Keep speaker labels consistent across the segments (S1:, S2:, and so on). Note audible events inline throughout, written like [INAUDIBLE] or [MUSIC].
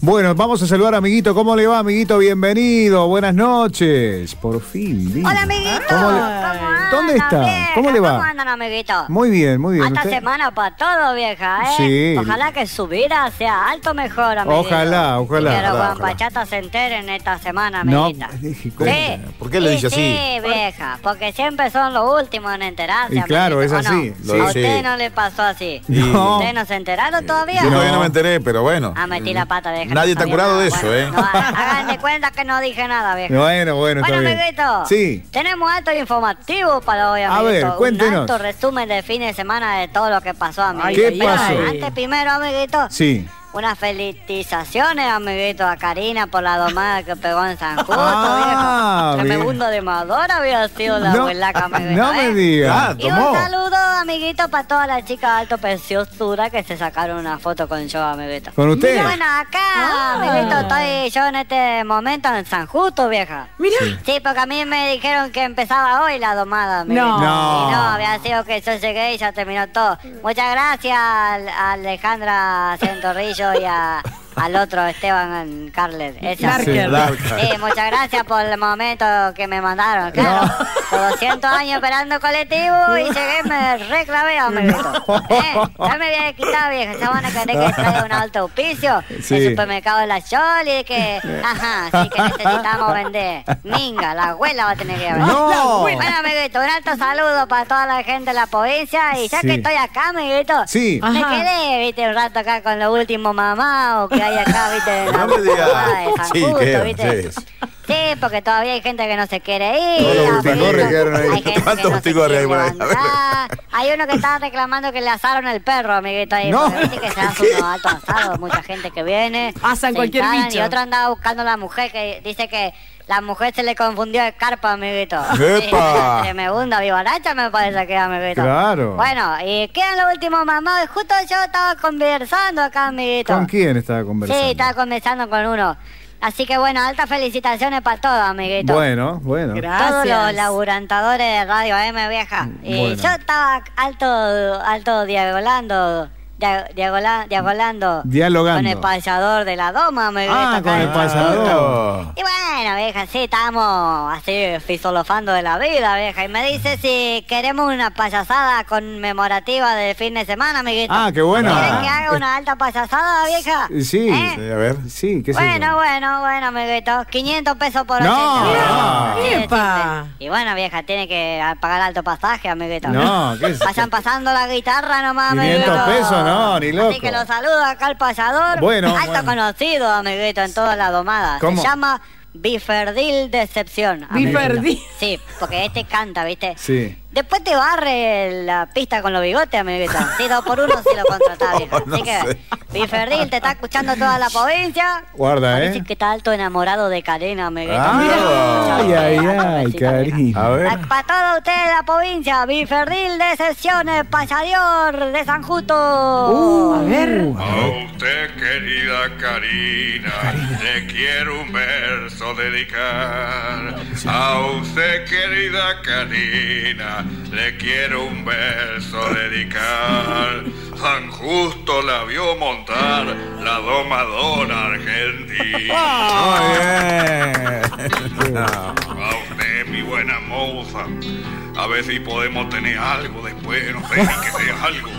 S1: Bueno, vamos a saludar a amiguito. ¿Cómo le va, amiguito? Bienvenido. Buenas noches. Por fin. vino.
S2: Hola, amiguito.
S1: ¿Cómo le-
S2: andan,
S1: ¿Dónde está?
S2: vieja?
S1: ¿Cómo le va?
S2: ¿Cómo andan, amiguito?
S1: Muy bien, muy bien.
S2: Alta
S1: ¿Usted?
S2: semana para todo, vieja, ¿eh?
S1: Sí.
S2: Ojalá que su vida sea alto mejor, amiguito.
S1: Ojalá, ojalá,
S2: Y que los
S1: ojalá,
S2: guampachatas se enteren esta semana,
S1: No,
S2: amiguita.
S1: dije, ¿cómo?
S2: Sí.
S3: ¿Por qué lo
S2: Y
S3: dice así?
S2: Sí, vieja, porque siempre son los últimos en enterarse.
S1: Y claro,
S2: amiguito,
S1: es
S2: ¿o
S1: así,
S2: no?
S3: sí,
S2: A usted
S3: sí.
S2: no le pasó así.
S1: [LAUGHS] No.
S2: ¿Ustedes no se enteraron todavía?
S3: Yo todavía no me enteré, pero bueno.
S2: Ah, metí la pata, vieja.
S3: Nadie
S2: no
S3: está
S2: sabía
S3: curado
S2: nada.
S3: de eso,
S2: Bueno,
S3: ¿eh?
S2: no, hagan de cuenta que no dije nada, vieja.
S1: Bueno, bueno, está
S2: Bueno,
S1: bien.
S2: amiguito,
S1: Sí.
S2: tenemos alto informativo para hoy,
S1: A
S2: amiguito.
S1: ver, cuéntenos.
S2: Un alto resumen de fin de semana de todo lo que pasó, amiguito.
S1: ¿Qué
S2: Y bueno,
S1: pasó?
S2: Antes primero, amiguito,
S1: Sí.
S2: unas felicitaciones, amiguito, a Karina por la domada que pegó en San Justo,
S1: Ah,
S2: viejo.
S1: bien.
S2: Tremendo domador había sido la abuelaca, amiguito.
S1: no me
S2: ¿eh?
S1: diga.
S3: Ah,
S2: Y un
S3: tomó.
S2: saludo, amiguito, para todas las chicas de alto preciosura que se sacaron una foto con yo, amiguito.
S1: ¿Con usted?
S2: Y bueno, acá, amiguito, estoy yo en este momento en San Justo, vieja.
S4: Mirá.
S2: Sí, porque a mí me dijeron que empezaba hoy la domada, amiguito.
S4: No.
S1: No.
S2: Y no, había sido que yo llegué y ya terminó todo. Muchas gracias al- a Alejandra Centorrillo y a- al otro Esteban Carles. Ese
S4: Darker.
S2: amigo.
S1: Sí,
S3: Darker.
S2: Sí, muchas gracias por el momento que me mandaron, claro. Por 200 años esperando colectivo y llegué y me reclamé, amiguito. Eh, ya me había quitado, vieja. Ya van a querer que traiga un alto auspicio.
S1: [LAUGHS] Sí. Eh.
S2: El supermercado de la Choli, que... Ajá, sí que necesitamos vender. Minga, la abuela va a tener que ver.
S1: No.
S2: Bueno, amiguito, un alto saludo para toda la gente de la provincia. Y ya
S1: Sí.
S2: que estoy acá, amiguito...
S1: Sí.
S2: Me
S4: Ajá.
S2: quedé, viste, un rato acá con lo último mamado que hay acá, viste, en la
S3: No me digas.
S2: mamada de San
S3: Sí,
S2: Justo,
S3: queda,
S2: viste.
S3: sí.
S2: Sí, porque todavía hay gente que no se quiere ir.
S1: Todos los
S2: amiguito.
S1: buticorres quedaron ahí.
S2: Hay gente que
S3: ¿Cuántos
S2: no se quiere
S3: buticorres hay por ahí? A ver.
S2: levantar. Hay uno que estaba reclamando que le asaron el perro, amiguito. Ahí,
S1: No.
S2: porque viste que se hace unos altos asados, mucha gente que viene.
S4: Asan
S2: se
S4: cualquier
S2: instalan,
S4: bicho.
S2: Y otro andaba buscando a la mujer que dice que la mujer se le confundió de carpa, amiguito.
S3: ¡Epa!
S2: Sí, tremenda vivaracha me parece que, amiguito.
S1: Claro.
S2: Bueno, y quedan los últimos mamados. Justo yo estaba conversando acá, amiguito.
S1: ¿Con quién estaba conversando?
S2: Sí, estaba conversando con uno. Así que bueno, altas felicitaciones para todos, amiguito.
S1: Bueno, bueno.
S4: Gracias.
S2: Todos los laburantadores de Radio AM vieja. Y
S1: Mm, Bueno.
S2: yo estaba alto, alto diagolando, dia- diagola- diagolando.
S1: Dialogando.
S2: Con el payador de la doma, me
S1: Ah, con el pasador.
S2: Y bueno, vieja, sí, estábamos así fisolofando de la vida, vieja. Y me dice si queremos una payasada conmemorativa del fin de semana, amiguito.
S1: Ah, qué bueno.
S2: ¿Quieren que haga una alta payasada, vieja?
S1: Sí.
S2: ¿Eh?
S3: Sí, a ver.
S1: Sí, qué sé yo.
S2: Bueno, bueno, bueno, amiguito. 500 pesos por
S1: No.
S2: 80.
S1: No.
S2: Sí,
S4: Epa.
S2: sí. Y bueno, vieja, tiene que pagar alto pasaje, amiguito. [LAUGHS]
S1: No, ¿qué es?
S2: Vayan pasando la guitarra nomás,
S1: 500
S2: amiguito.
S1: pesos, no, ni loco.
S2: Así que los saludo acá al pasador.
S1: Bueno,
S2: Alto
S1: bueno.
S2: conocido, amiguito, en toda la domada.
S1: ¿Cómo?
S2: Se llama Biferdil Decepción. amiguito.
S4: Biferdil.
S2: Sí, porque este canta, ¿viste?
S1: Sí.
S2: Después te barre la pista con los bigotes, amiguito. Sí, dos por uno si
S1: [LAUGHS]
S2: lo
S1: Oh,
S2: contratás, vieja.
S3: No,
S2: Así
S3: no
S2: que,
S3: sé.
S2: Biferdil te está escuchando toda la provincia.
S1: Guarda,
S2: Parece
S1: ¿eh?
S2: que está alto enamorado de Karina, amiguito.
S3: Ah.
S1: Ay, ay, ay,
S2: Pobrecita vieja.
S1: cariño.
S3: A ver.
S2: Para toda usted la provincia, Biferril de Sesiones, Payadior de San Justo.
S4: A
S1: Uh.
S4: ver.
S5: A usted, querida Karina, le quiero un verso dedicar. A usted, querida Karina, le quiero un verso dedicar. San Justo la vio montar la domadora argentina.
S3: Muy bien. No.
S5: A usted, mi buena moza. A ver si podemos tener algo después, no sé, ni que sea algo.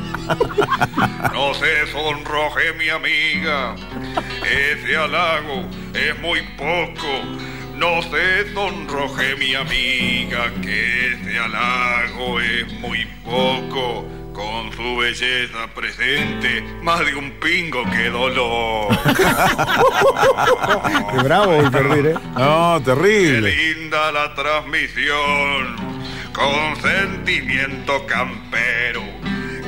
S5: No se sonroje, mi amiga. Ese halago es muy poco. No se sonroje, mi amiga, que ese halago es muy poco. Con su belleza presente, más de un pingo quedó loco.
S1: Qué bravo voy a perder, ¿eh?
S3: No,
S5: Qué
S3: terrible.
S5: linda la transmisión, con sentimiento campero.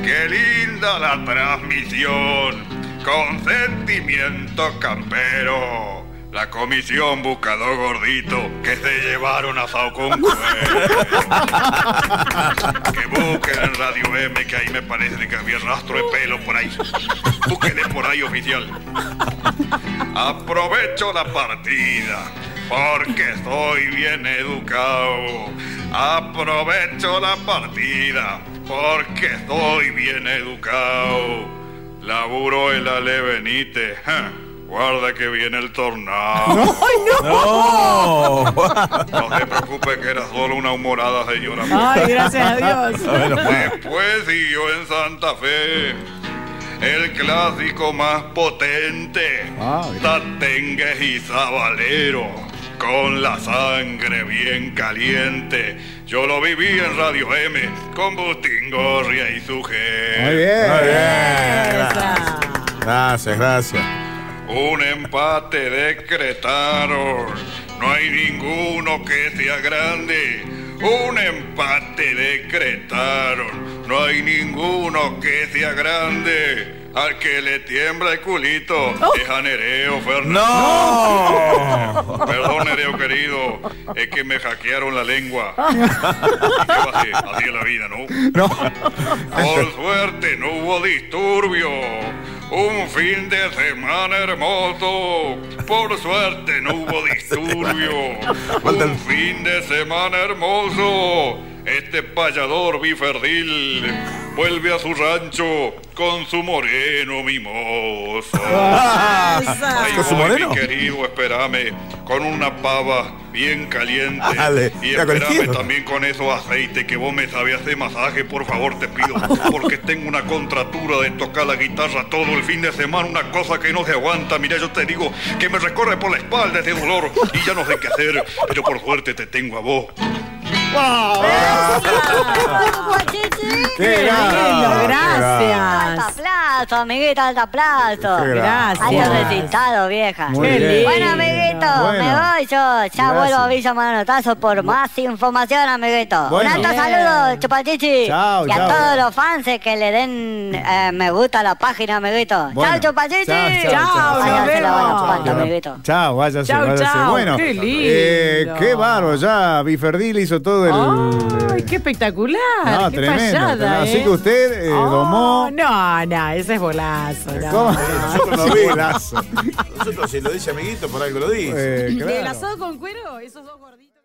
S5: Qué linda la transmisión, con sentimiento campero. La comisión buscador gordito que se llevaron a Sao con cuero. Que busquen en Radio M, que ahí me parece que había rastro de pelo por ahí. Búsquenle por ahí, oficial. Aprovecho la partida porque soy bien educado. Aprovecho la partida porque soy bien educado. Laburo el Ale Benítez. ja. Guarda que viene el tornado.
S3: No.
S5: No te preocupes que era solo una humorada, señora.
S4: Ay, gracias
S1: [LAUGHS]
S4: a Dios.
S3: Bueno,
S1: pues.
S5: Después siguió en Santa Fe el clásico más potente,
S1: Ah, mira.
S5: Tatengues y Sabalero, con la sangre bien caliente. Yo lo viví en Radio M con Butín Gorria y su gente.
S1: Muy
S3: muy
S1: bien.
S3: bien. Gracias, gracias.
S5: Un empate decretaron. No hay ninguno que sea grande. Un empate decretaron. No hay ninguno que sea grande. Al que le tiembla el culito es a Nereo Fernández.
S3: No.
S5: Perdón, Nereo querido. Es que me hackearon la lengua. ¿Qué va a hacer? Así es la vida, ¿no?
S1: No.
S5: Por suerte no hubo disturbio. Un fin de semana hermoso. Por suerte no hubo disturbio. Un fin de semana hermoso. Este payador biferdil vuelve a su rancho con su moreno mimoso. Ahí
S3: ¿Con su
S5: voy,
S3: moreno?
S5: Mi querido, espérame. Con una pava bien caliente.
S3: Ah, Dale,
S5: y
S3: ya
S5: espérame
S3: cogido.
S5: también con esos aceites que vos me sabías de masaje, por favor,
S3: [LAUGHS]
S5: te pido. Porque tengo una contratura de tocar la guitarra todo el fin de semana, una cosa que no se aguanta. Mira, yo te digo que me recorre por la espalda ese dolor y ya no sé qué hacer. Pero por suerte te tengo a vos.
S2: Guachichi.
S1: Qué
S4: lindo,
S1: grande.
S2: Alta
S4: gracias.
S2: plato, amiguita, alta plato.
S1: Qué
S4: Gracias.
S2: Alto recitado, vieja.
S1: Muy
S4: Qué
S1: bien.
S4: lindo.
S2: Bueno, amiguito,
S1: Bueno.
S2: me voy yo. Ya vuelvo a Villa Manotazo por más información, amiguito.
S1: Bueno.
S2: Un alto
S1: Bien.
S2: saludo, Chupachichi.
S1: Chao,
S2: y a
S1: chao.
S2: todos los fans que le den eh, me gusta a la página, amiguito.
S1: Bueno.
S2: Chao, Chupachichi.
S1: Chao, chao,
S4: chao.
S2: Váyanse la buena
S4: Nos vemos.
S2: espalda, amiguito.
S1: Chao, váyase,
S4: Chao,
S1: váyase.
S4: chao,
S1: Bueno,
S4: qué lindo.
S1: eh, qué bárbaro ya. Biferdil hizo todo el.
S4: Ay, qué espectacular.
S1: No,
S4: qué
S1: tremendo,
S4: payada,
S1: tremendo. Así
S4: ¿eh?
S1: que usted, eh,
S4: Oh,
S1: domó-
S4: No, no, ese es bolazo. no, [LAUGHS]
S1: ¿Cómo?
S4: no.
S3: Nosotros no
S1: Golazo.
S3: Nosotros si lo dice amiguito, por algo lo dice.
S1: Eh,
S4: Del [LAUGHS]
S1: claro.
S4: asado con cuero, esos dos gorditos.